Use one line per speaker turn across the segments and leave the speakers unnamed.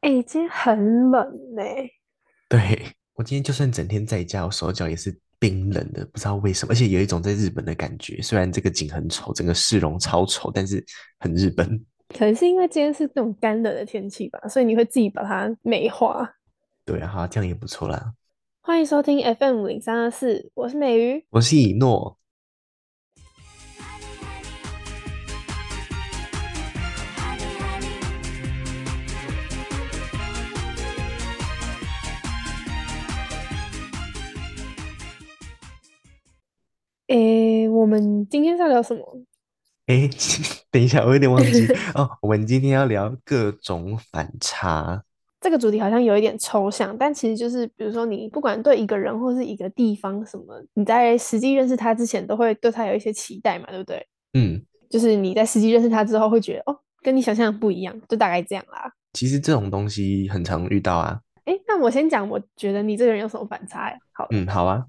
哎、已经很冷嘞、
对，我今天就算整天在家，我手脚也是冰冷的，不知道为什么，而且有一种在日本的感觉。虽然这个景很丑，整个市容超丑，但是很日本。
可能是因为今天是那种干冷的天气吧，所以你会自己把它美化。
对啊，好，这样也不错啦。
欢迎收听 FM 五零三二四，我是美鱼。
我是以诺，
诶、我们今天是要聊什么？
诶， 等一下，我有点忘记哦。我们今天要聊各种反差，
这个主题好像有一点抽象，但其实就是，比如说你不管对一个人或是一个地方什么，你在实际认识他之前都会对他有一些期待嘛，对不对？
嗯，
就是你在实际认识他之后会觉得，哦，跟你想象的不一样，就大概这样啦。
其实这种东西很常遇到啊。
诶，那我先讲，我觉得你这个人有什么反差、欸？好了，
嗯，好啊，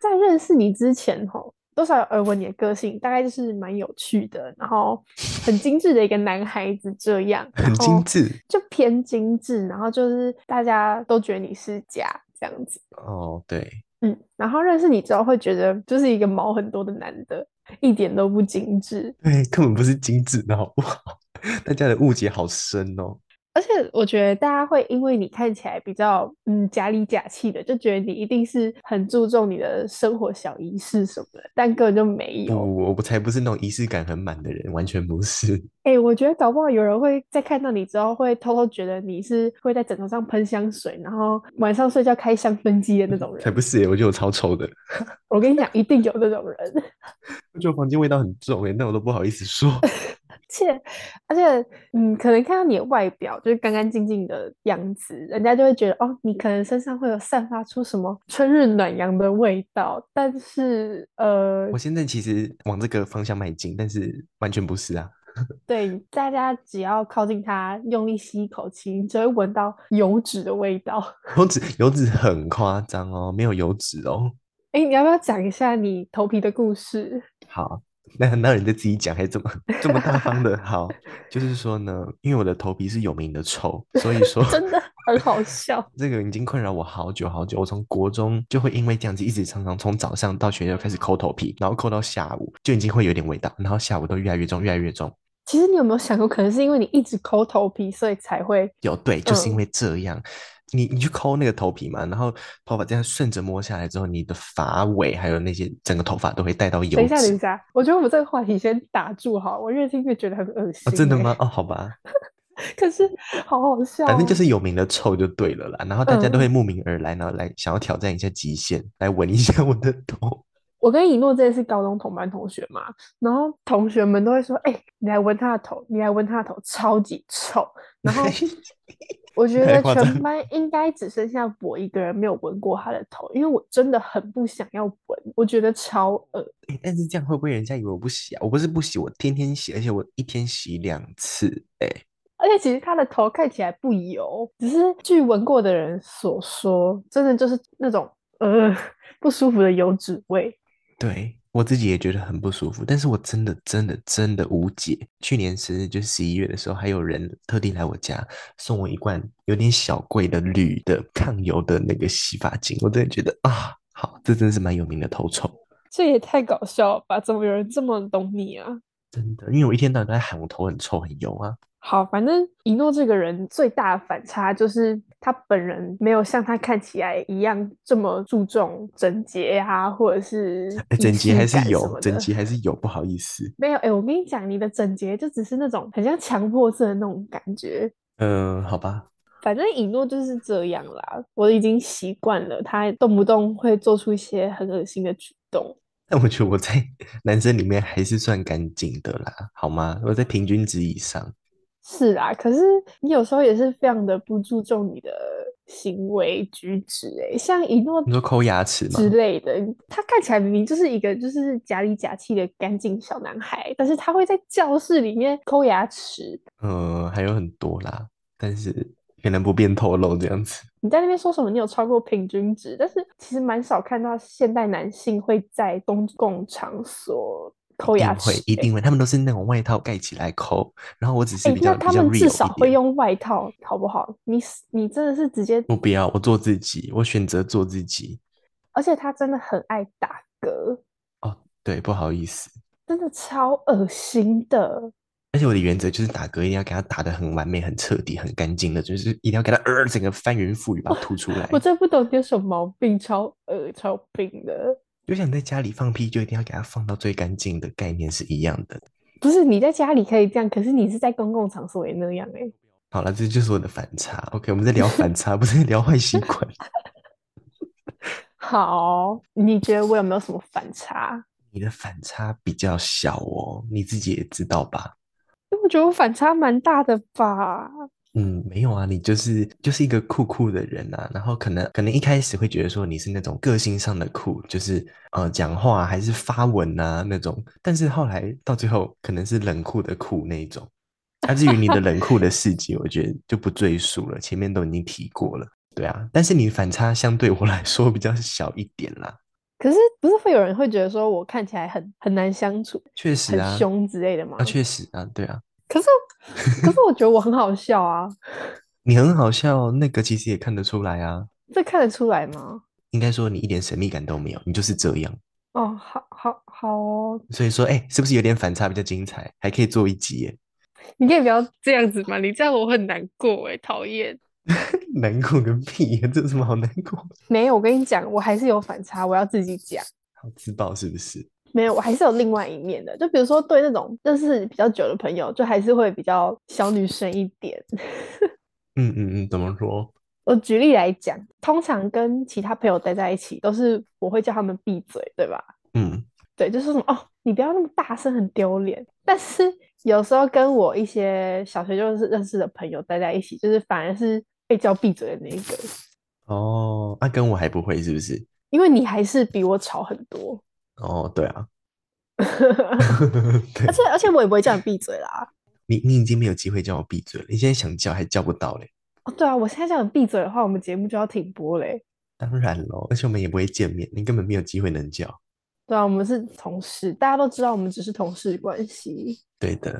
在认识你之前，吼，多少有耳闻你的个性，大概就是蛮有趣的，然后很精致的一个男孩子这样，然
很精
后
致
就偏精致，然后就是大家都觉得你是家这样子，
哦。对，
嗯，然后认识你之后会觉得就是一个毛很多的男的，一点都不精致，
对，根本不是精致的好不好？ 大家的误解好深哦。
而且我觉得大家会因为你看起来比较嗯假里假气的，就觉得你一定是很注重你的生活小仪式什么的，但根本就没有。
不，我不才不是那种仪式感很满的人，完全不是。
哎、我觉得搞不好有人会在看到你之后，会偷偷觉得你是会在枕头上喷香水，然后晚上睡觉开香氛机的那种
才
人。
不是欸耶、我觉得我超臭的，
我跟你讲，一定有那种人。
我觉得我房间味道很重哎、但我都不好意 思说。
且而且，嗯，可能看到你的外表就是干干净净的样子，人家就会觉得哦，你可能身上会有散发出什么春日暖阳的味道。但是，呃
我，现在其实往这个方向迈进，但是完全不是啊。
对，大家只要靠近它，用力吸一口气，你就会闻到油脂的味道。
油脂油脂很夸张哦，没有油脂哦。
哎、你要不要讲一下你头皮的故事？
好，那那人家自己讲还这么这么大方的，好，就是说呢，因为我的头皮是有名的臭，所以说
真的很好笑。
这个已经困扰我好久好久。我从国中就会因为这样子，一直常常从早上到学校开始抠头皮，然后抠到下午就已经会有点味道，然后下午都越来越重，越来越重。
其实你有没有想过，可能是因为你一直抠头皮，所以才会
有对，就是因
嗯
为这样，你你去抠那个头皮嘛，然后头发这样顺着摸下来之后，你的发尾还有那些整个头发都会带到油
等一下，等
脂
一下，我觉得我们这个话题先打住好，我越听越觉得很恶心、欸
哦，真的吗？？哦，好吧，
可是好好笑、哦，
反正就是有名的臭就对了啦。然后大家
嗯
都会慕名而来，然后来想要挑战一下极限，来闻一下我的头。
我跟以诺之前是高中同班同学嘛，然后同学们都会说：“哎、你来闻他的头，你来闻他的头，超级 臭。”然后我觉
太
得
夸张
全班应该只剩下我一个人没有闻过他的头，因为我真的很不想要闻，我觉得超恶
诶但是这样会不会人家以为我不洗啊？我不是不洗，我天天洗，而且我一天洗两次。哎、
而且其实它的头看起来不油，只是据闻过的人所说，真的就是那种呃不舒服的油脂味。
对，我自己也觉得很不舒服，但是我真的真的真的无解。去年生日就是十一月的时候，还有人特地来我家送我一罐有点小贵的铝的抗油的那个洗发精，我真的觉得啊，好，这真是蛮有名的头臭，
这也太搞笑了吧？怎么有人这么懂你啊？
真的，因为我一天到晚都在喊我头很臭很油啊，
好，反正一诺这个人最大的反差就是他本人没有像他看起来一样这么注重整洁啊，或者是
哎，
仪
整集
式
还是
感什
有，
么
整
的
集还是有，不好意思，
没有。哎、我跟你讲，你的整洁就只是那种很像强迫症的那种感觉。
嗯、好吧，
反正以诺就是这样啦，我已经习惯了，他动不动会做出一些很恶心的举动。
但我觉得我在男生里面还是算干净的啦，好吗？我在平均值以上，
是啊，可是你有时候也是非常的不注重你的行为举止、欸，像以诺
你说抠牙齿吗
之？类的，他看起来明明就是一个就是假里假气的干净小男孩，但是他会在教室里面抠牙齿。
嗯，还有很多啦，但是可能不便透露这样子。
你在那边说什么？你有超过平均值，但是其实蛮少看到现代男性会在公共场所抠牙
会
齿
一
欸
定会，他们都是那种外套盖起来抠，然后我只是
哎、
比较
那
比
他
较
们
real
至少
一
会
点。
用外套，好不好？你是你真的是直接，
我不要，我做自己，我选择做自己。
而且他真的很爱打嗝，
哦，对，不好意思，
真的超恶心的。
而且我的原则就是打嗝一定要给它打得很完美、很彻底、很干净的，就是一定要给它呃整个翻云覆雨把它吐出来。
我真不懂你有什么毛病，超恶超有病的。
就像你在家里放屁，就一定要给它放到最干净的概念是一样的。
不是你在家里可以这样，可是你是在公共场所也那样哎、
好了，这就是我的反差。OK，我们在聊反差，不是在聊坏习惯。
好，你觉得我有没有什么反差？
你的反差比较小哦，你自己也知道吧？
因为我觉得我反差蛮大的吧。
嗯，没有啊，你就是就是一个酷酷的人啊，然后可能可能一开始会觉得说你是那种个性上的酷，就是呃讲话还是发文啊那种，但是后来到最后可能是冷酷的酷那一种。那、至于你的冷酷的事迹，我觉得就不赘述了，前面都已经提过了。对啊，但是你反差相对我来说比较小一点啦，
可是不是会有人会觉得说我看起来很很难相处、
确实
很
啊，
凶之类的吗
啊？确实啊，对啊，
可是可是我觉得我很好笑啊，
你很好笑，那个其实也看得出来啊，
这看得出来吗？
应该说你一点神秘感都没有，你就是这样。
哦，好好好哦，
所以说，哎、是不是有点反差比较精彩？还可以做一集耶，
你可以不要这样子嘛，你这样我很难过哎、讨厌。
难过个屁呀！这有什么好难过？
没有，我跟你讲，我还是有反差，我要自己讲。
好自爆是不是？
没有，我还是有另外一面的。就比如说，对那种认识比较久的朋友，就还是会比较小女生一点。
嗯嗯嗯，怎么说？
我举例来讲，通常跟其他朋友待在一起，都是我会叫他们闭嘴，对吧？
嗯，
对，就是什么哦，你不要那么大声，很丢脸。但是有时候跟我一些小学就是认识的朋友待在一起，就是反而是被叫闭嘴的那一个，
哦，那、跟我还不会是不是？
因为你还是比我吵很多，
哦，对啊，
而
对，
且而且我也不会叫你闭嘴啦。
你你已经没有机会叫我闭嘴了，你现在想叫还叫不到嘞。
哦，对啊，我现在叫你闭嘴的话，我们节目就要停播嘞。
当然喽，而且我们也不会见面，你根本没有机会能叫。
对啊，我们是同事，大家都知道我们只是同事关系。
对的，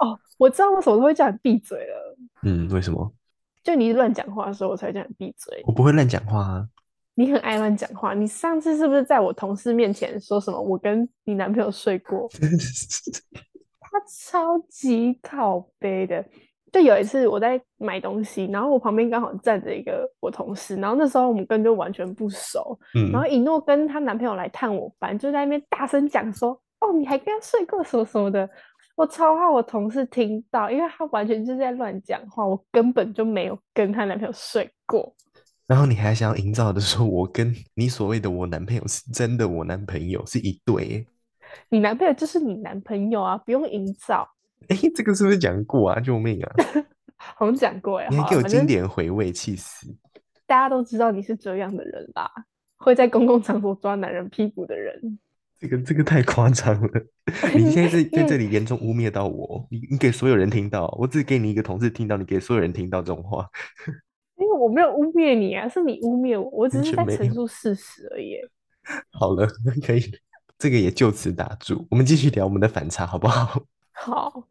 哦，我知道我什么时候会叫你闭嘴了，
嗯，为什么？
就你乱讲话的时候，我才会叫你闭嘴。
我不会乱讲话啊。
你很爱乱讲话，你上次是不是在我同事面前说什么我跟你男朋友睡过？他超级靠背的。就有一次我在买东西，然后我旁边刚好站着一个我同事，然后那时候我们根本就完全不熟，
嗯
然后一诺跟她男朋友来探我班，就在那边大声讲说：“哦，你还跟他睡过什么什么的。”我超怕我同事听到，因为他完全就是在乱讲话，我根本就没有跟她男朋友睡过。
然后你还想要营造的说，我跟你所谓的我男朋友是真的我男朋友是一对耶，
你男朋友就是你男朋友啊，不用营造。
哎，这个是不是讲过啊？救命啊！
好像讲过哎，
你还
好
给
啦
我
反
经
正
典回味，气死！
大家都知道你是这样的人啦，会在公共场所抓男人屁股的人。
这个这个太夸 张了，你现在在在
因
这
为
里严重污蔑到我，你你给所有人听到，我只给你一个同事听到，你给所有人听到这种话，
因为我没有污蔑你啊，是你污蔑我，我只
完
是
全
在
没
陈
有
述事实而已欸。
好了，可以了，这个也就此打住，我们继续聊我们的反差好不好？
好，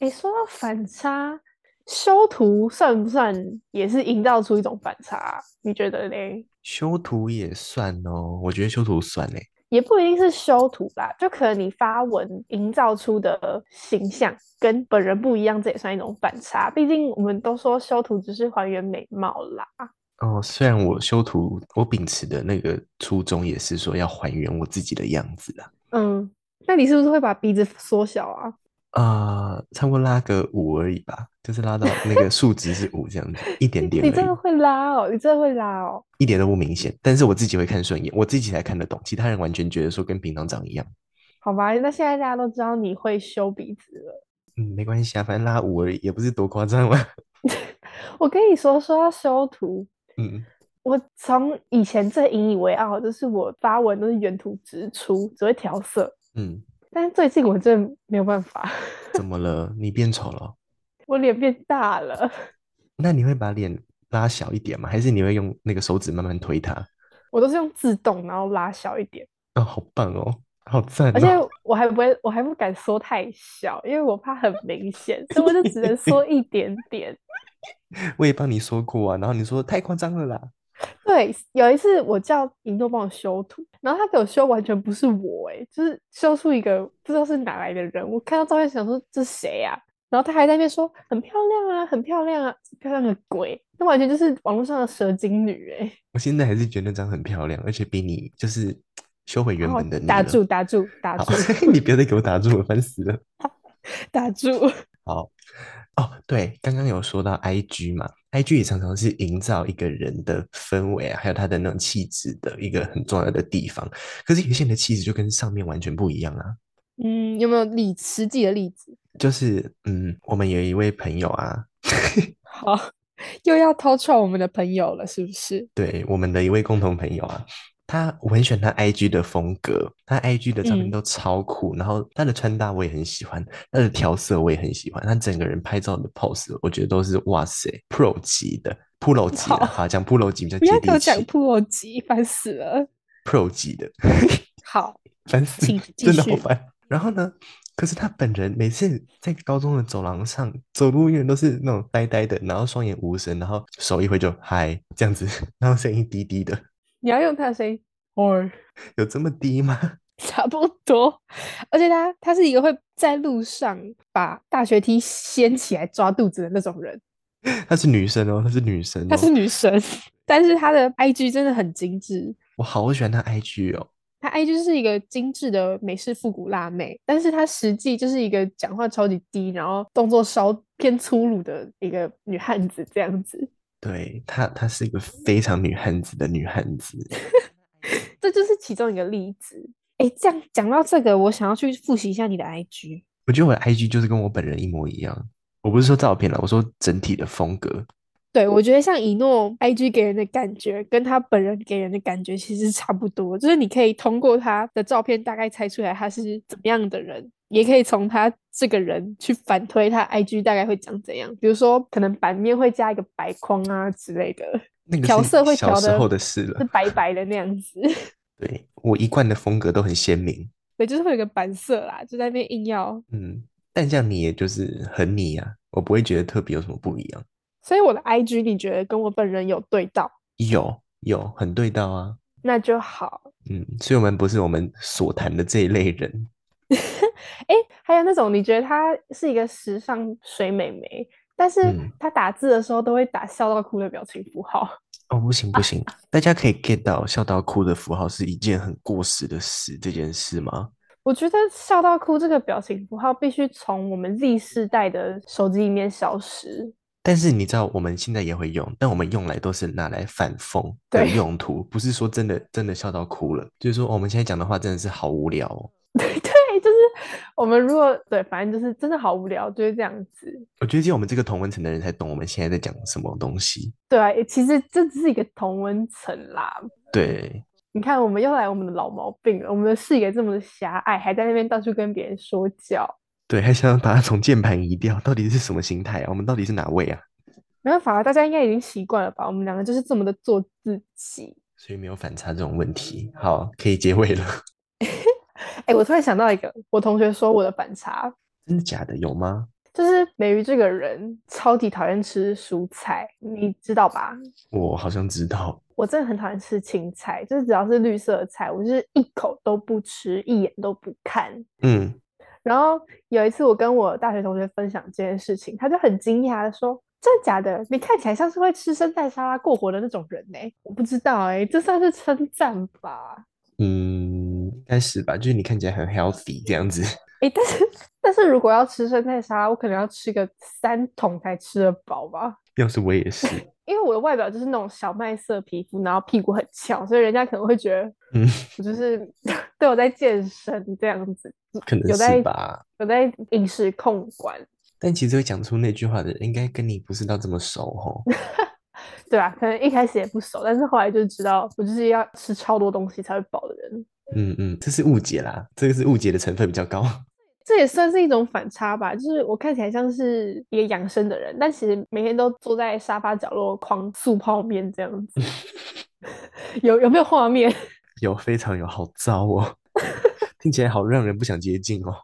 诶，说到反差，修图算不算也是营造出一种反差啊？你觉得嘞？
修图也算哦，我觉得修图算欸诶，
也不一定是修图啦，就可能你发文营造出的形象跟本人不一样，这也算一种反差。毕竟我们都说修图只是还原美貌啦。
哦，虽然我修图，我秉持的那个初衷也是说要还原我自己的样子啊啦，
嗯，那你是不是会把鼻子缩小啊？
啊、差不多拉个五而已吧，就是拉到 那个数值是五这样子，一点点
你
而
真
已
的，会拉哦，你真的会拉哦。
一点都不明显。但是我自己会看顺眼，我自己才看得懂，其他人完全觉得说跟平常长一样。
好吧，那现在大家都知道你会修鼻子了。
嗯，没关系啊，反正拉五而已，也不是多夸张嘛。
我跟你说，说到修图，
嗯，
我从以前最引以为傲，就是我发文都是原图直出，只会调色。
嗯，
但是最近我真的没有办法，
怎么了？你变丑了？哦
我脸变大了。
那你会把脸拉小一点吗？还是你会用那个手指慢慢推它？
我都是用自动，然后拉小一点。
哦，好棒哦！好赞
而且
哦！
我还不会，我还不敢缩太小，因为我怕很明显，所以我就只能缩一点点。
我也帮你说过啊，然后你说太夸张了啦，
对，有一次我叫银豆帮我修图，然后他给我修完全不是我、欸，就是修出一个不知道是哪来的人。我看到照片想说这谁呀、然后他还在那边说很漂亮啊，很漂亮啊，漂亮个鬼！那完全就是网络上的蛇精女哎、
我现在还是觉得那张很漂亮，而且比你就是修回原
好
本的你
哦打
了
住，打住，打
好
住，
你不要再给我打住了，烦死了。
打住！
好，哦，对，刚刚有说到 IG 嘛，IG 也常常是营造一个人的氛围啊，还有他的那种气质的一个很重要的地方。可是有些人的气质就跟上面完全不一样啊。
嗯，有没有例实际的例子？
就是，嗯，我们有一位朋友啊，
好，又要偷串我们的朋友了，是不是？
对，我们的一位共同朋友啊，他我很喜欢他 IG 的风格，他 IG 的照片
嗯
都超酷，然后他的穿搭我也很喜欢，他的调色我也很喜欢，他整个人拍照的 pose 我觉得都是哇塞 pro 级的 pro 级的，
好
好讲 pro 级比较
不要
接
给我
地
讲
气
普罗吉，烦死了。
，pro 级的，
好，
烦死
请
了，
继
真的好
续
烦。然后呢，可是他本人每次在高中的走廊上走路，永远都是那种呆呆的，然后双眼无神，然后手一挥就嗨这样子，然后声音低低的，
你要用他的声音，哦，
有这么低吗？
差不多。而且他他是一个会在路上把大学梯掀起来抓肚子的那种人，
她是女生哦，她是女生
她是
哦，
女神， 但是她的 IG 真的很精致。
我好喜欢她 IG 哦，
她 IG 是一个精致的美式复古辣妹，但是她实际就是一个讲话超级低，然后动作稍偏粗鲁的一个女汉子这样子。
对，她她是一个非常女汉子的女汉子，
这就是其中一个例子。哎，这样讲到这个，我想要去复习一下你的 IG。
我觉得我的 IG 就是跟我本人一模一样，我不是说照片了，我说整体的风格，
对，我觉得像以诺 IG 给人的感觉，跟他本人给人的感觉其实是差不多，就是你可以通过他的照片大概猜出来他是怎么样的人，也可以从他这个人去反推他 IG 大概会长怎样。比如说，可能版面会加一个白框啊之类的，
那个
调
是
色会
小
调
时
得
候的事了
是，白白的那样子。
对，我一贯的风格都很鲜明，
对，就是会有个版色啦，就在那边硬要
嗯，但像你也就是很你啊，我不会觉得特别有什么不一样，
所以我的 IG 你觉得跟我本人有对到，
有有很对到啊，
那就好。
嗯，所以我们不是我们所谈的这一类人，
哎，还有那种你觉得她是一个时尚水美眉，但是
嗯
她打字的时候都会打笑到哭的表情符号，
哦，不行不行，大家可以 get 到笑到哭的符号是一件很过时的事这件事吗？
我觉得笑到哭这个表情符号必须从我们 Z 世代的手机里面消失。
但是你知道我们现在也会用，但我们用来都是拿来反讽的
对
用途，不是说真的真的笑到哭了，就是说、哦我们现在讲的话真的是好无聊哦。
对，就是我们如果对，反正就是真的好无聊，就是这样子。
我觉得只有我们这个同文层的人才懂我们现在在讲什么东西。
对啊，诶其实这只是一个同温层啦，
对，
你看，我们又来我们的老毛病了，我们的视野这么的狭隘，还在那边到处跟别人说教，
对，还想要把它从键盘移掉，到底是什么心态啊？我们到底是哪位啊？
没办法啊，大家应该已经习惯了吧？我们两个就是这么的做自己。
所以没有反差这种问题。好，可以结尾了。
哎，我突然想到一个，我同学说我的反差，
真的假的？有吗？
就是美瑜这个人超级讨厌吃蔬菜，你知道吧？
我好像知道。
我真的很讨厌吃青菜，就是只要是绿色的菜，我就是一口都不吃，一眼都不看。
嗯，
然后有一次，我跟我大学同学分享这件事情，他就很惊讶的说：“真的假的？你看起来像是会吃生菜沙拉过活的那种人呢、我不知道哎、这算是称赞吧？
嗯，应该是吧，就是你看起来很 healthy 这样子。
哎、但是 但是如果要吃生菜沙拉，我可能要吃个三桶才吃得饱吧，
要是我 也是，
因为我的外表就是那种小麦色皮肤，然后屁股很翘，所以人家可能会觉得
嗯，
我就是 对我在健身这样子，
可能
有
是
在
吧。
有在饮食控管。
但其实会讲出那句话的人，应该跟你不是到这么熟吼。
对啊，可能一开始也不熟，但是后来就知道，我就是要吃超多东西才会饱的人，
嗯嗯，这是误解啦，这个是误解的成分比较高。
这也算是一种反差吧。就是我看起来像是一个养生的人，但其实每天都坐在沙发角落狂速泡面这样子 ，有有没有画面？
有非常有，好糟哦。听起来好让人不想接近哦。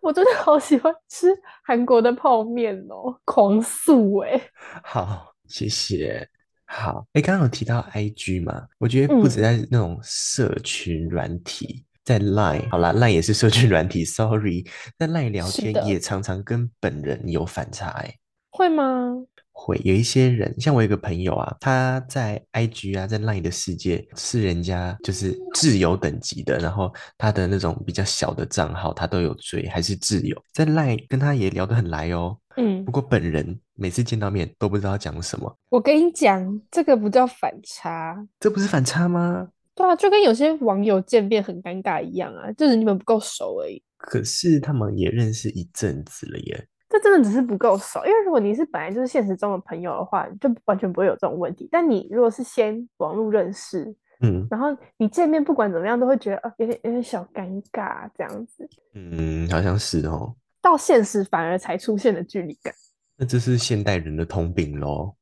我真的好喜欢吃韩国的泡面哦，狂素哎、
好，谢谢。好，哎，刚刚有提到 IG 嘛？我觉得不
嗯
止在那种社群软体，在 Line，好啦，Line 也是社群软体，sorry，在 Line 聊
是
天
的
也常常跟本人有反差、欸，
会吗？
会有一些人，像我有一个朋友啊，他在 IG 啊，在 LINE 的世界是人家就是挚友等级的，然后他的那种比较小的账号他都有追，还是挚友，在 LINE 跟他也聊得很来哦。
嗯
不，过本人每次见到面都不知道讲什么，
我跟你讲，这个不叫反差，
这不是反差吗？
对啊，就跟有些网友见面很尴尬一样啊，就是你们不够熟而已。
可是他们也认识一阵子了耶。
这真的只是不够熟，因为如果你是本来就是现实中的朋友的话，你就完全不会有这种问题。但你如果是先网络认识，
嗯
然后你见面不管怎么样都会觉得呃有点有点小尴尬这样子，
嗯，好像是哦。
到现实反而才出现了距离感。
那这是现代人的通病喽。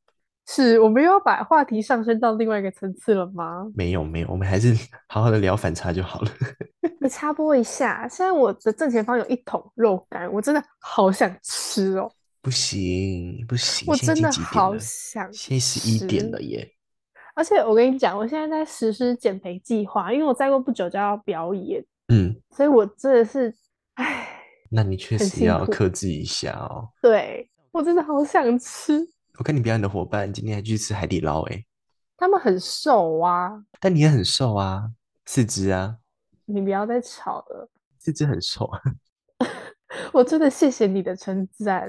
是我们又要把话题上升到另外一个层次了吗？
没有没有，我们还是 好好的聊反差就好了。
你插播一下，现在我的正前方有一桶肉干，我真的好想吃哦，
不行不行，
我
现在
真
已经
的
几点
好
了
想
现在十一点
吃
了耶。
而且我跟你讲，我现在在实施减肥计划，因为我再过不久就要表演，
嗯，
所以我真的是，唉，
那你确
很
实
辛
要
苦
克制一下哦。
对，我真的好想吃。
我看你表演的伙伴今天还去吃海底捞诶，
他们很瘦啊，
但你也很瘦啊，四肢啊，
你不要再吵了，
四肢很瘦。
我真的谢谢你的称赞。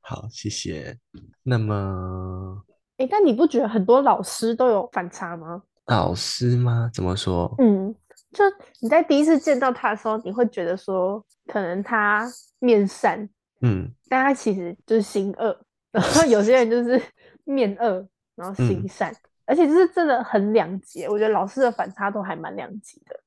好，谢谢。那么
诶，但你不觉得很多老师都有反差吗？
老师吗？怎么说？
嗯，就你在第一次见到他的时候，你会觉得说，可能他面善，
嗯
但他其实就是心恶。然后有些人就是面恶，然后心
嗯
善，而且就是真的很两极。我觉得老师的反差都还蛮两极的，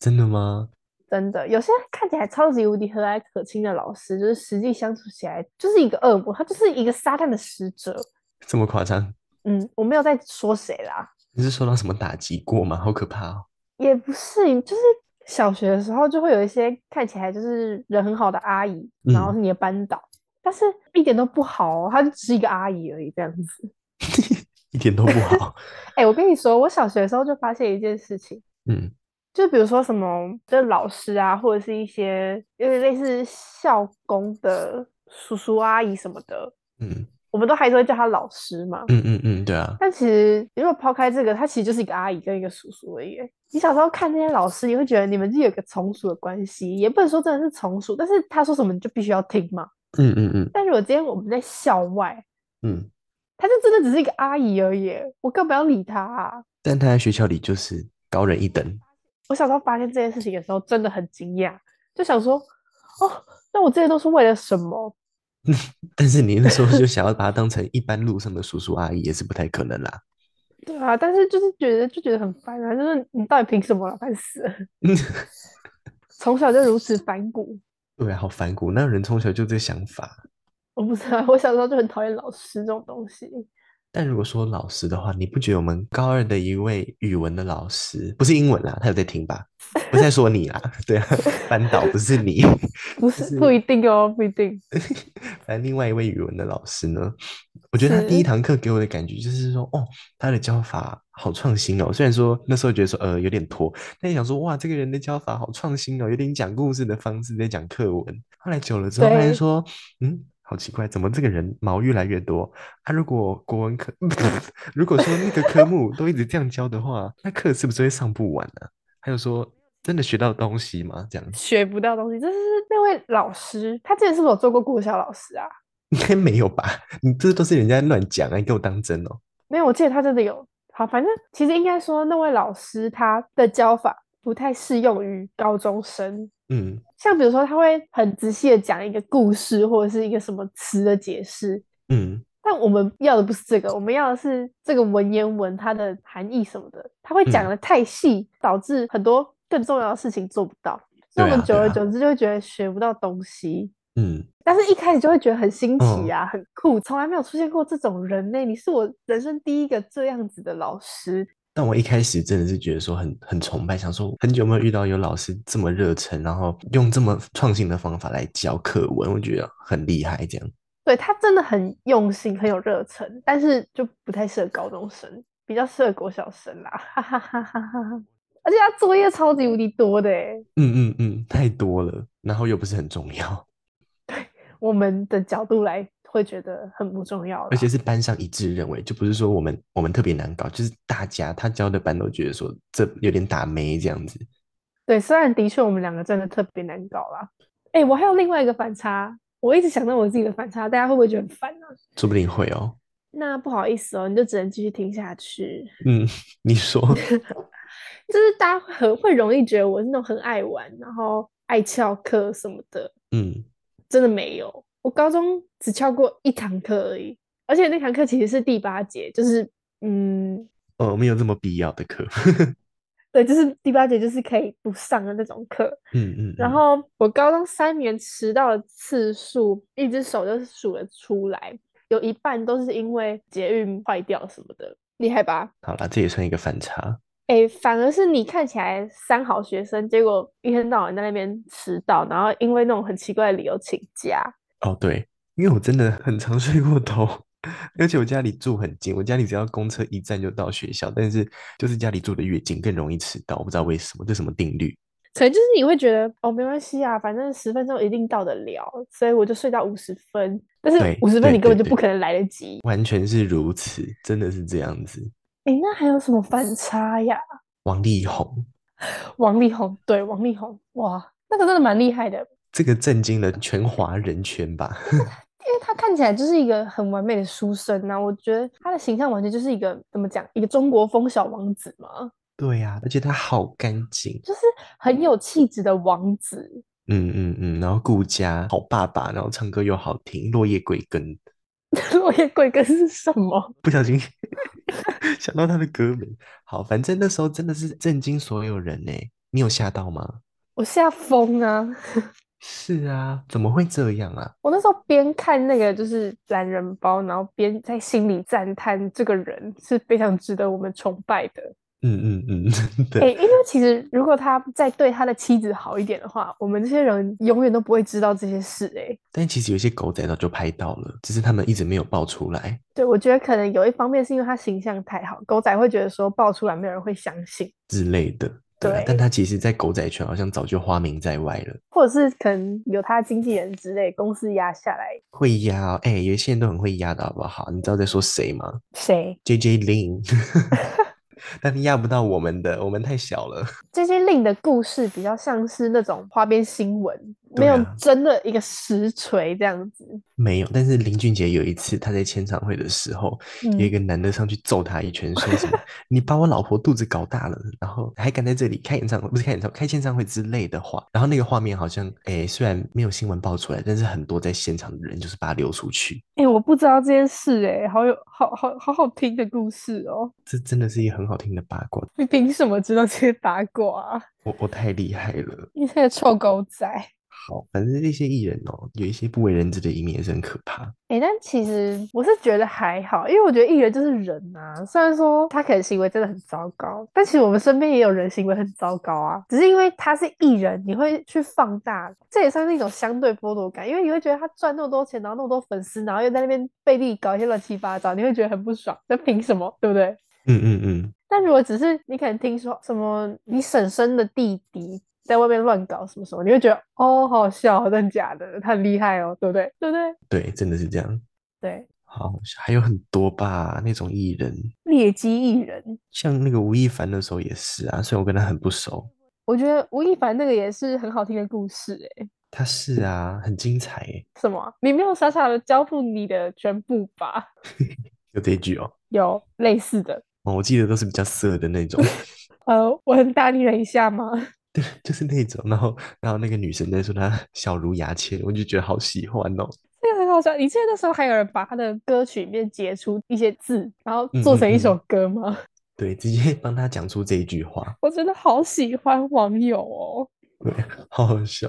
真的吗？
真的。有些看起来超级无敌和蔼可亲的老师，就是实际相处起来就是一个恶魔，他就是一个撒旦的使者。
这么夸张？
嗯，我没有在说谁啦，
你是受到什么打击过吗？好可怕哦！
也不是，就是小学的时候就会有一些看起来就是人很好的阿姨，然后
嗯
是你的班导，但是一点都不好哦，她就只是一个阿姨而已这样子。
一点都不好。
哎、我跟你说，我小学的时候就发现一件事情，
嗯
就比如说什么，就是老师啊，或者是一些有点类似校工的叔叔阿姨什么的，
嗯
我们都还是会叫他老师嘛。
嗯嗯嗯，对啊，
但其实如果抛开这个，他其实就是一个阿姨跟一个叔叔而已欸。你小时候看那些老师，你会觉得你们是有一个从属的关系，也不能说真的是从属，但是他说什么你就必须要听嘛。
嗯嗯嗯
但如果今天我们在校外，
嗯，
他就真的只是一个阿姨而已欸，我更不要理他啊、
但他在学校里就是高人一等。
我小时候发现这件事情的时候，真的很惊讶，就想说，哦，那我这些都是为了什么？
但是你那时候就想要把他当成一般路上的叔叔阿姨，也是不太可能啦。
对啊，但是就是觉得就觉得很烦啊，就是你到底凭什么了？烦死了！
嗯，
从小就如此反骨，
对啊，好反骨，那人从小就这个想法。
我不知道，我小时候就很讨厌老师这种东西。
但如果说老师的话，你不觉得我们高二的一位语文的老师，不是英文啦，他有在听吧？不是在说你啦，对啊，班导不是你，
不
就是
不一定哦，不一定。
反正另外一位语文的老师呢，我觉得他第一
是
堂课给我的感觉就是说，哦，他的教法好创新哦。虽然说那时候觉得说，呃，有点拖，但想说，哇，这个人的教法好创新哦，有点讲故事的方式在讲课文。后来久了之后，发现
对
说，嗯，好奇怪，怎么这个人毛越来越多？他、如果国文科， 如果说那个科目都一直这样教的话，那课是不是会上不完呢、还有说，真的学到东西吗？这样子
学不到东西，这是那位老师，他之前是不是有做过国小老师啊？
应该没有吧？ 你这都是人家乱讲啊，你给我当真哦。
没有，我记得他真的有。好，反正其实应该说那位老师他的教法不太适用于高中生，
嗯。
像比如说他会很仔细的讲一个故事或者是一个什么词的解释，
嗯，
但我们要的不是这个，我们要的是这个文言文它的含义什么的，他会讲
嗯
的太细，导致很多更重要的事情做不到，所以
对
我们
啊
久
对
而
啊
久之就会觉得学不到东西。
嗯，
但是一开始就会觉得很新
嗯
奇啊，很酷，从来没有出现过这种人呢、你是我人生第一个这样子的老师，
但我一开始真的是觉得说很很崇拜，想说很久没有遇到有老师这么热忱，然后用这么创新的方法来教课文，我觉得很厉害。这样
对他真的很用心，很有热忱，但是就不太适合高中生，比较适合国小生啦，哈哈哈哈哈哈。而且他作业超级无敌多的欸诶，
嗯嗯嗯，太多了，然后又不是很重要，
我们的角度来会觉得很不重要啦，
而且是班上一致认为，就不是说我们我们特别难搞，就是大家他教的班都觉得说这有点打没这样子。
对，虽然的确我们两个真的特别难搞啦。哎，我还有另外一个反差，我一直想到我自己的反差，大家会不会觉得很烦呢、
说不定会哦。
那不好意思哦，你就只能继续听下去。
嗯，你 说
就是大家会很会容易觉得我是那种很爱玩，然后爱翘课什么的，
嗯，
真的没有。我高中只翘过一堂课而已，而且那堂课其实是第八节，就是嗯，
哦，没有这么必要的课。
对，就是第八节就是可以不上的那种课。
嗯嗯，
然
嗯
后我高中三年迟到的次数，一只手就是数得出来，有一半都是因为捷运坏掉什么的，厉害吧？
好啦，这也算一个反差。
哎，反而是你看起来三好学生，结果一天到晚在那边迟到，然后因为那种很奇怪的理由请假。
哦，对，因为我真的很常睡过头， 而且我家里住很近，我家里只要公车一站就到学校，但是就是家里住的越近更容易迟到，我不知道为什么，这什么定律？
可能就是你会觉得哦，没关系啊，反正十分钟一定到得了，所以我就睡到五十分。但是
对
五十分
对
你根本
对
就不
对
可能来得及。
完全是如此，真的是这样子。
哎，那还有什么反差呀？
王力宏
王力宏，对，王力宏，哇，那个真的蛮厉害的，
这个震惊了全华人圈吧？
因为他看起来就是一个很完美的书生呐、我觉得他的形象完全就是一个怎么讲，一个中国风小王子嘛，
对呀、而且他好干净，
就是很有气质的王子。
嗯嗯嗯，然后顾家好爸爸，然后唱歌又好听，落叶归根。
落叶归根是什么？
不小心 想到他的歌名。好，反正那时候真的是震惊所有人呢、你有吓到吗？
我吓疯啊！
是啊，怎么会这样啊？
我那时候边看那个就是懒人包，然后边在心里赞叹这个人是非常值得我们崇拜的。
嗯嗯嗯， 真的。
诶，因为其实如果他再对他的妻子好一点的话，我们这些人永远都不会知道这些事、诶。
但其实有一些狗仔早就拍到了，只是他们一直没有爆出来。
对，我觉得可能有一方面是因为他形象太好，狗仔会觉得说爆出来没有人会相信，
之类的，对啊
对
但他其实，在狗仔圈好像早就花名在外了。
或者是可能有他的经纪人之类公司压下来。
会压、哦，哎、有一些人都很会压的好不好？你知道在说谁吗
谁
？J J Lin，但 是压不到我们的，我们太小了。
这些令的故事比较像是那种花边新闻，没
对
有
啊
真的一个实锤这样子。
没有，但是林俊杰有一次他在签唱会的时候，有一
嗯，
个男的上去揍他一拳，说什么“你把我老婆肚子搞大了”，然后还敢在这里开演唱会，不是开演唱会，开签唱会之类的话。然后那个画面好像，诶，虽然没有新闻爆出来，但是很多在现场的人就是把他流出去。
哎、我不知道这件事、诶，哎，好有好好好好听的故事哦，
这真的是一个很好听的八卦，
你凭什么知道这些八卦啊？
我我太厉害了。
你这个臭狗仔！
好，反正那些艺人哦，有一些不为人知的一面也是很可怕。
哎、但其实我是觉得还好，因为我觉得艺人就是人啊。虽然说他可能行为真的很糟糕，但其实我们身边也有人行为很糟糕啊。只是因为他是艺人，你会去放大，这也算是一种相对剥夺感，因为你会觉得他赚那么多钱，然后那么多粉丝，然后又在那边背地里搞一些乱七八糟，你会觉得很不爽。那凭什么？对不对？
嗯嗯嗯，
但如果只是你可能听说什么你婶婶的弟弟在外面乱搞什么什么，你会觉得哦，好笑，真的假的？他很厉害哦，对不对？对不对？
对，真的是这样。
对，
好，还有很多吧，那种艺人，
劣迹艺人。
像那个吴亦凡那时候也是啊，虽然我跟他很不熟，
我觉得吴亦凡那个也是很好听的故事、欸，哎，
他是啊，很精彩诶，
什么啊？你没有傻傻的交付你的全部吧？
就这一句哦。
有类似的，
哦，我记得都是比较色的那种，
呃，我很大力了一下吗？
就是那种，然后然后那个女生在说她小如牙签，我就觉得好喜欢哦。
这个很好笑。你记得那时候还有人把他的歌曲里面截出一些字，然后
嗯
做
嗯
成一
嗯
首歌吗？
对，直接帮她讲出这一句话，
我真的好喜欢网友哦。
对，好好笑。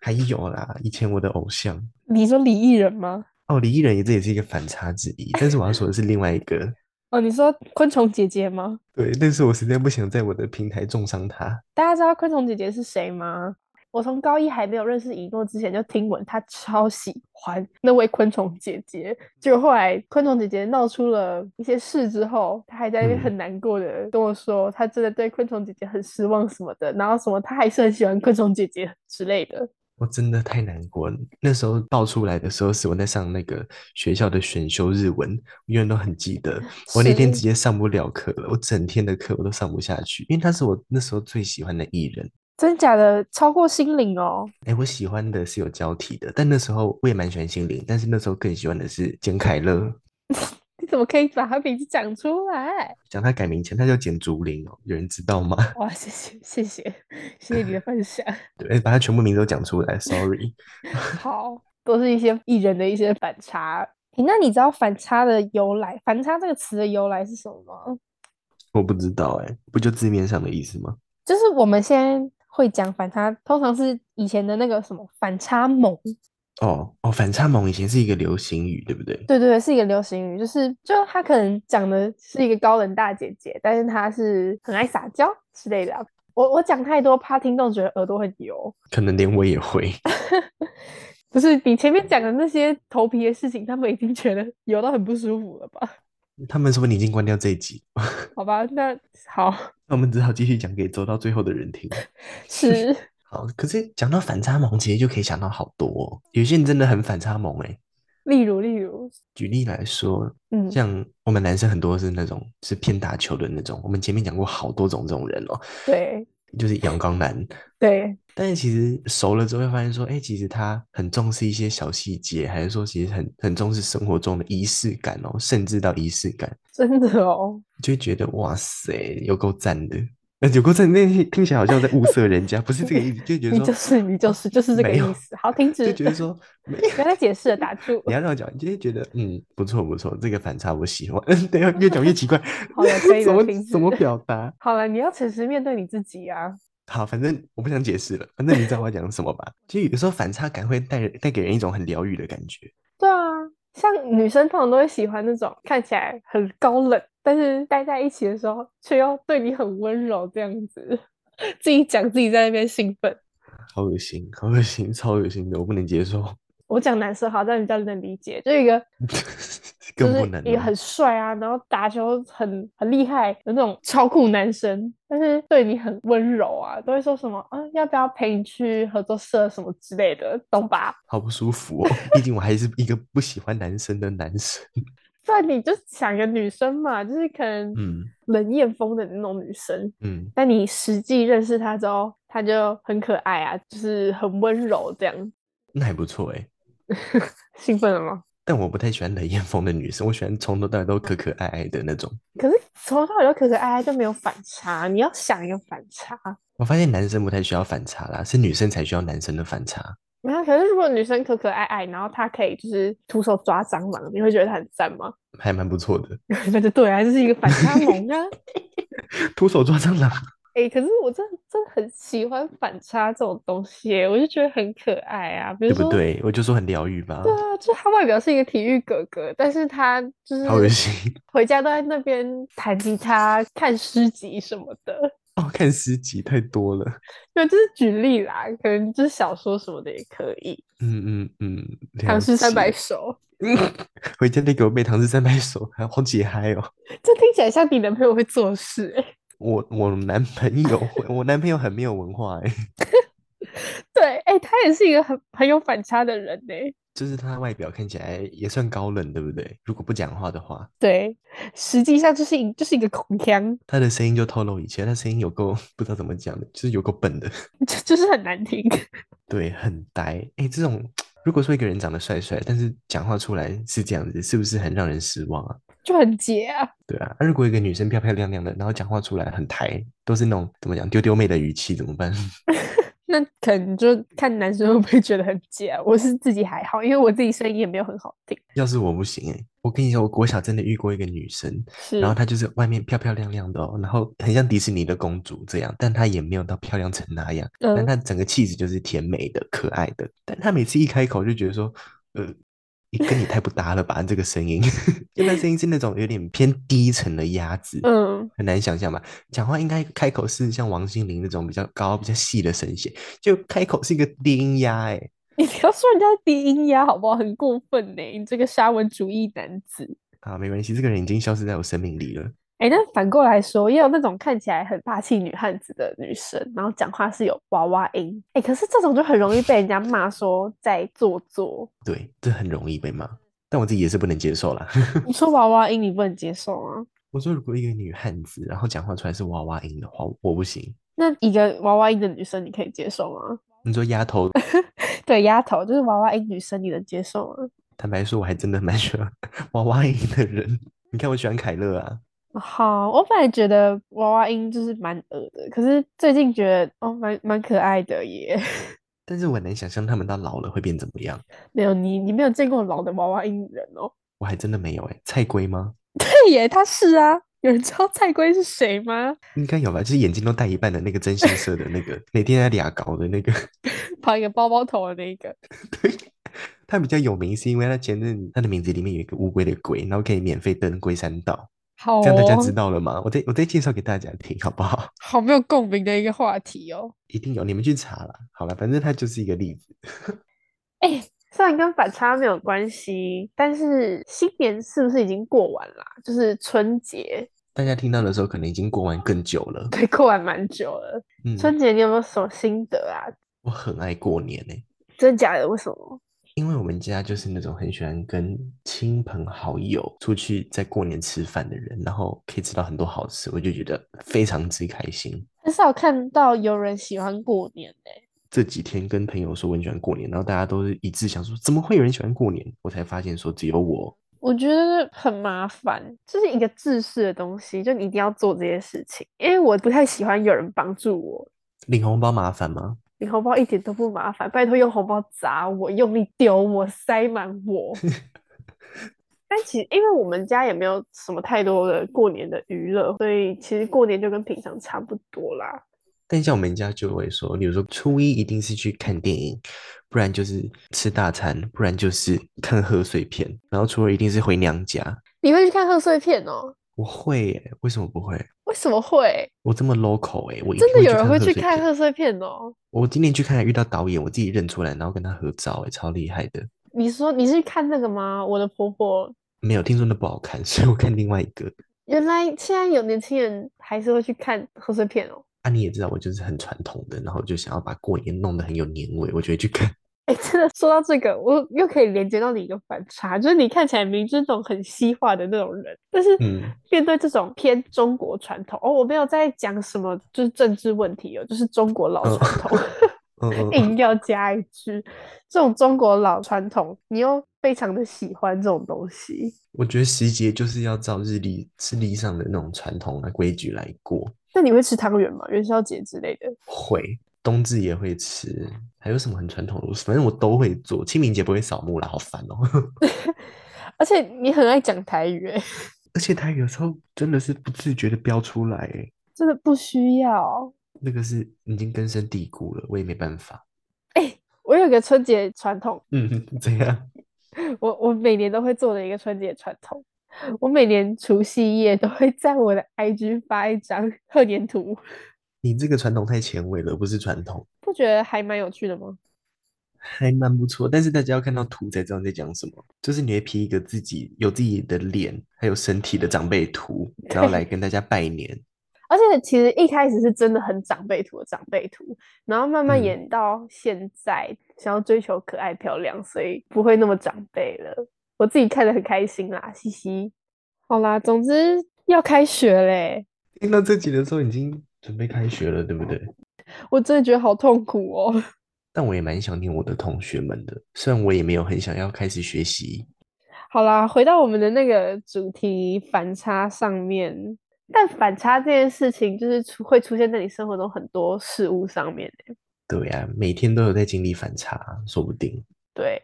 还有啦，以前我的偶像
你说李艺人吗？
哦，李艺人也这也是一个反差之一，但是我要说的是另外一个
哦，你说昆虫姐姐吗？
对，但是我实在不想在我的平台重伤他。
大家知道昆虫姐姐是谁吗？我从高一还没有认识一诺之前，就听闻她超喜欢那位昆虫姐姐。结果后来昆虫姐姐闹出了一些事之后，她还在那边很难过的跟我说，她真的对昆虫姐姐很失望什么的，然后什么她还是很喜欢昆虫姐姐之类的。
我真的太难过了。那时候爆出来的时候是我在上那个学校的选修日文，我永远都很记得。我那天
是
直接上不了课了，我整天的课我都上不下去，因为他是我那时候最喜欢的艺人。
真假的超过心灵哦，
哎，我喜欢的是有交替的，但那时候我也蛮喜欢心灵，但是那时候更喜欢的是简凯乐。
你怎么可以把她名字讲出来？
讲他改名前，他叫简竹林哦，有人知道吗？
哇，谢谢谢谢谢谢你的分享。
对，把他全部名字都讲出来，sorry。
好，都是一些艺人的一些反差。诶那你知道反差的由来？反差这个词的由来是什么吗？
我不知道哎、不就字面上的意思吗？
就是我们现在会讲反差，通常是以前的那个什么反差萌，
哦哦，反差萌以前是一个流行语，对不对？
对对对，是一个流行语，就是就她可能长得是一个高冷大姐姐，但是她是很爱撒娇之类的啊、我我讲太多，怕听众觉得耳朵很油。
可能连我也会。
不是你前面讲的那些头皮的事情，他们已经觉得油到很不舒服了吧？
他们说不定已经关掉这一集，
好吧，那好
那我们只好继续讲给走到最后的人听。
是。
好，可是讲到反差萌，其实就可以想到好多、哦，有些人真的很反差萌哎、
例如，例如，
举例来说，
嗯，
像我们男生很多是那种是偏打球的那种，我们前面讲过好多种这种人哦，
对
就是阳刚男，
对，
但是其实熟了之后会发现说，哎，其实他很重视一些小细节，还是说其实很很重视生活中的仪式感哦，甚至到仪式感，
真的哦，
就会觉得哇塞，有够赞的。呃有够赞，那些听起来好像在物色 人家，不是这个意思，就觉得
你
说
就是你就是就是这个
没有
意思。好，停止，
就觉得说没
不要再解释了，打住。
你要让我讲，你就会觉得嗯不错不错，这个反差我喜欢。 嗯，等一下越讲越奇怪，
好了，可以
怎
了，
么
停止。
怎么表达？
好了，你要诚实面对你自己啊。
好，反正我不想解释了，反正你知道我要讲什么吧。其实有时候反差感会带人带给人一种很疗愈的感觉。
对啊，像女生通常都会喜欢那种看起来很高冷，但是待在一起的时候却又对你很温柔这样子。 自己讲自己在那边兴奋，
好恶心，好恶心，超恶心的，我不能接受，
我讲男生好，但比较能理解，就一个就
更不
是
能
也
了
很帅啊，然后打球很很厉害的那种超酷男生，但是对你很温柔啊，都会说什么啊，要不要陪你去合作社什么之类的，懂吧？
好不舒服哦。毕竟我还是一个不喜欢男生的男生。
不然你就想一个女生嘛，就是可能
嗯
冷艳风的那种女生，
嗯，
但你实际认识她之后，她就很可爱啊，就是很温柔这样。
那还不错哎。
兴奋了吗？
但我不太喜欢冷艳风的女生，我喜欢从头到尾都可可爱爱的那种。
可是从头到尾都可可爱爱，就没有反差。你要想一个反差，
我发现男生不太需要反差啦，是女生才需要男生的反差。
没有，可是如果女生可可爱爱，然后她可以就是徒手抓蟑螂，你会觉得她很赞吗？
还蛮不错的，
那就对啊，这是一个反差萌啊！
徒手抓蟑螂，
哎、可是我真的真的很喜欢反差这种东西耶，我就觉得很可爱啊。比
对
如
不
说，
对？我就说很疗愈吧
对，啊，就他外表是一个体育哥哥，但是他就
好恶
是
心
回家都在那边弹吉他、看诗集什么的。
哦！看诗集太多了，
对，就是举例啦，可能就是小说什么的也可以，
嗯嗯嗯，
《唐
了
诗三百
解
首
回家得给我背《唐诗三百首》，还好解嗨哦。》，
这听起来像你男朋友会做事欸。
我我男朋友会，我男朋友很没有文化哎、
对，哎、他也是一个很很有反差的人呢。
就是他外表看起来也算高冷，对不对？如果不讲话的话，
对，实际上就是一就是一个空腔，
他的声音就透露一切，他声音有够 不知道怎么讲的，就是有够笨的，
就就是很难听。
对，很呆。哎、这种如果说一个人长得帅帅，但是讲话出来是这样子，是不是很让人失望啊？
就很结啊。
对啊，那如果一个女生漂漂亮亮的，然后讲话出来很抬，都是那种怎么讲丢丢妹的语气，怎么办？
那可能就看男生会不会觉得很结啊。我是自己还好，因为我自己声音也没有很好听。
要是我不行哎、我跟你讲，我国小真的遇过一个女生，
是
然后她就是外面漂漂亮亮的哦，然后很像迪士尼的公主这样，但她也没有到漂亮成那样，但
嗯
她整个气质就是甜美的、可爱的。但她每次一开口就觉得说，呃，你跟你太不搭了吧？这个声音， 要不然声音是那种有点偏低沉的鸭子，
嗯，
很难想象吧？讲话应该开口是像王心凌那种比较高、比较细的声线，就开口是一个低音压、哎，
你不要说人家低音压好不好？很过分呢、你这个沙文主义男子。
啊，没关系，这个人已经消失在我生命里了。
哎，但反过来说，也有那种看起来很霸气女汉子的女生，然后讲话是有娃娃音。哎，可是这种就很容易被人家骂说在做作。
对，这很容易被骂，但我自己也是不能接受啦。
你说娃娃音，你不能接受啊？
我说，如果一个女汉子，然后讲话出来是娃娃音的话，我不行。
那一个娃娃音的女生，你可以接受吗？
你说丫头，
对，丫头就是娃娃音女生，你能接受吗？
坦白说，我还真的蛮喜欢 娃娃音的人。你看，我喜欢凯乐啊，
好，我本来觉得娃娃音就是蛮恶的，可是最近觉得哦，蛮蛮可爱的耶。
但是我很难想象他们到老了会变怎么样。
没有你，你没有见过老的娃娃音人哦。
我还真的没有哎、蔡圭吗？
对耶，他是啊。有人知道蔡圭是谁吗？
应该有吧，就是眼睛都戴一半的那个真心社的那个，每天在俩搞的那个。
绑一个包包头的那一个。
他比较有名是因为他前阵他的名字里面有一个乌龟的龟，然后可以免费登龟山岛，
好
这样大家
哦
知道了吗？我再我再介绍给大家听好不好？
好没有共鸣的一个话题哦。
一定有，你们去查啦。好了，反正它就是一个例子。
哎、虽然跟反差没有关系，但是新年是不是已经过完啦、就是春节，
大家听到的时候可能已经过完更久了。
对，过完蛮久了。
嗯，
春节你有没有什么心得啊？
我很爱过年欸呢、
真假的？为什么？
因为我们家就是那种很喜欢跟亲朋好友出去在过年吃饭的人，然后可以吃到很多好吃，我就觉得非常之开心。
很少看到有人喜欢过年呢、
这几天跟朋友说我很喜欢过年，然后大家都是一致想说，怎么会有人喜欢过年？我才发现说只有我。
我觉得很麻烦，这是一个制式的东西，就你一定要做这些事情。因为我不太喜欢有人帮助我，
领红包麻烦吗？
领红包一点都不麻烦，拜托用红包砸我，用力丢我，塞满 我。但其实因为我们家也没有什么太多的过年的娱乐，所以其实过年就跟平常差不多啦。
但像我们家就会说，比如说初一一定是去看电影，不然就是吃大餐，不然就是看贺岁片，然后初二一定是回娘家。
你会去看贺岁片哦？
我会耶，为什么不会？
为什么会？
我这么 local 哎，我一
真的
定
有人会
贺
去
岁
看
片
贺岁片哦？
我今天去看还遇到导演，我自己认出来，然后跟他合照哎，超厉害的。
你说你是看那个吗？我的婆婆，
没有听说那不好看， 所以我看另外一个。
原来现在有年轻人还是会去看贺岁片哦。
啊，你也知道我就是很传统的，然后就想要把过年弄得很有年味，我就会去看。
哎，真的说到这个，我又可以连接到你一个反差，就是你看起来明知那种很西化的那种人，但是
嗯
面对这种偏中国传统，哦，我没有在讲什么就是政治问题哦，就是中国老
嗯
传统，
嗯 嗯嗯，
硬要加一句，这种中国老传统，你又非常的喜欢这种东西，
我觉得时节就是要照日历、是历上的那种传统的规矩来过。
那你会吃汤圆吗？元宵节之类的？
会，冬至也会吃，还有什么很传统的？反正我都会做。清明节不会扫墓啦，好烦哦。
而且你很爱讲台语欸，
而且它有时候真的是不自觉的飙出来，哎，
真的不需要。
那个是已经根深蒂固了，我也没办法。
我有一个春节传统，
嗯， 怎样？
我我每年都会做的一个春节传统， 我每年除夕夜都会在我的 IG 发一张 贺年图，
你这个传统太前卫了，不是传统，
不觉得还蛮有趣的吗？
还蛮不错。但是大家要看到图才知道你在讲什么，就是你会 P 一个自己有自己的脸还有身体的长辈图，然后来跟大家拜年。
而且其实一开始是真的很长辈图的长辈图，然后慢慢
嗯
演到现在，想要追求可爱漂亮，所以不会那么长辈了。我自己看得很开心啦，嘻嘻。好啦，总之要开学嘞，
听到这集的时候，已经准备开学了，对不对？
我真的觉得好痛苦哦。
但我也蛮想念我的同学们的，虽然我也没有很想要开始学习。
好啦，回到我们的那个主题反差上面，但反差这件事情就是出会出现在你生活中很多事物上面欸、
对呀、啊，每天都有在经历反差，说不定。
对，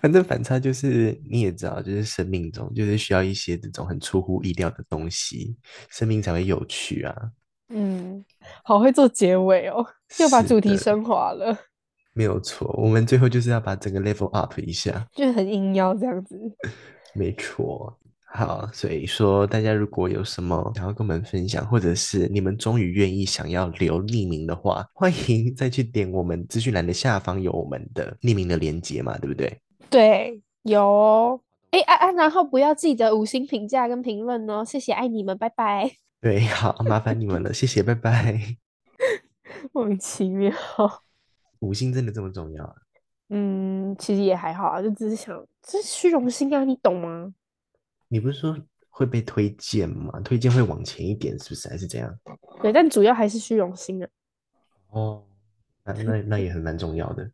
反正反差就是你也知道，就是生命中就是需要一些这种很出乎意料的东西，生命才会有趣啊。
嗯，好会做结尾哦，又把
是
主题
的
升华了。
没有错，我们最后就是要把整个 level up 一下，
就是很应邀这样子。
没错。好，所以说大家如果有什么想要跟我们分享，或者是你们终于愿意想要留匿名的话，欢迎 再去点我们资讯栏的下方有我们的匿名的连接嘛，对不对？
对，有哦。哎啊啊，然后不要记得五星评价跟评论哦，谢谢，爱你们，拜拜。
对，好，麻烦你们了，谢谢，拜拜。
莫名其妙。
五星真的这么重要啊？
嗯，其实也还好啊，就只是想，这是虚荣心啊，你懂吗？
你不是说会被推荐吗？推荐会往前一点，是不是？还是怎样？
对，但主要还是虚荣心啊。
哦，那那那也很蛮重要的。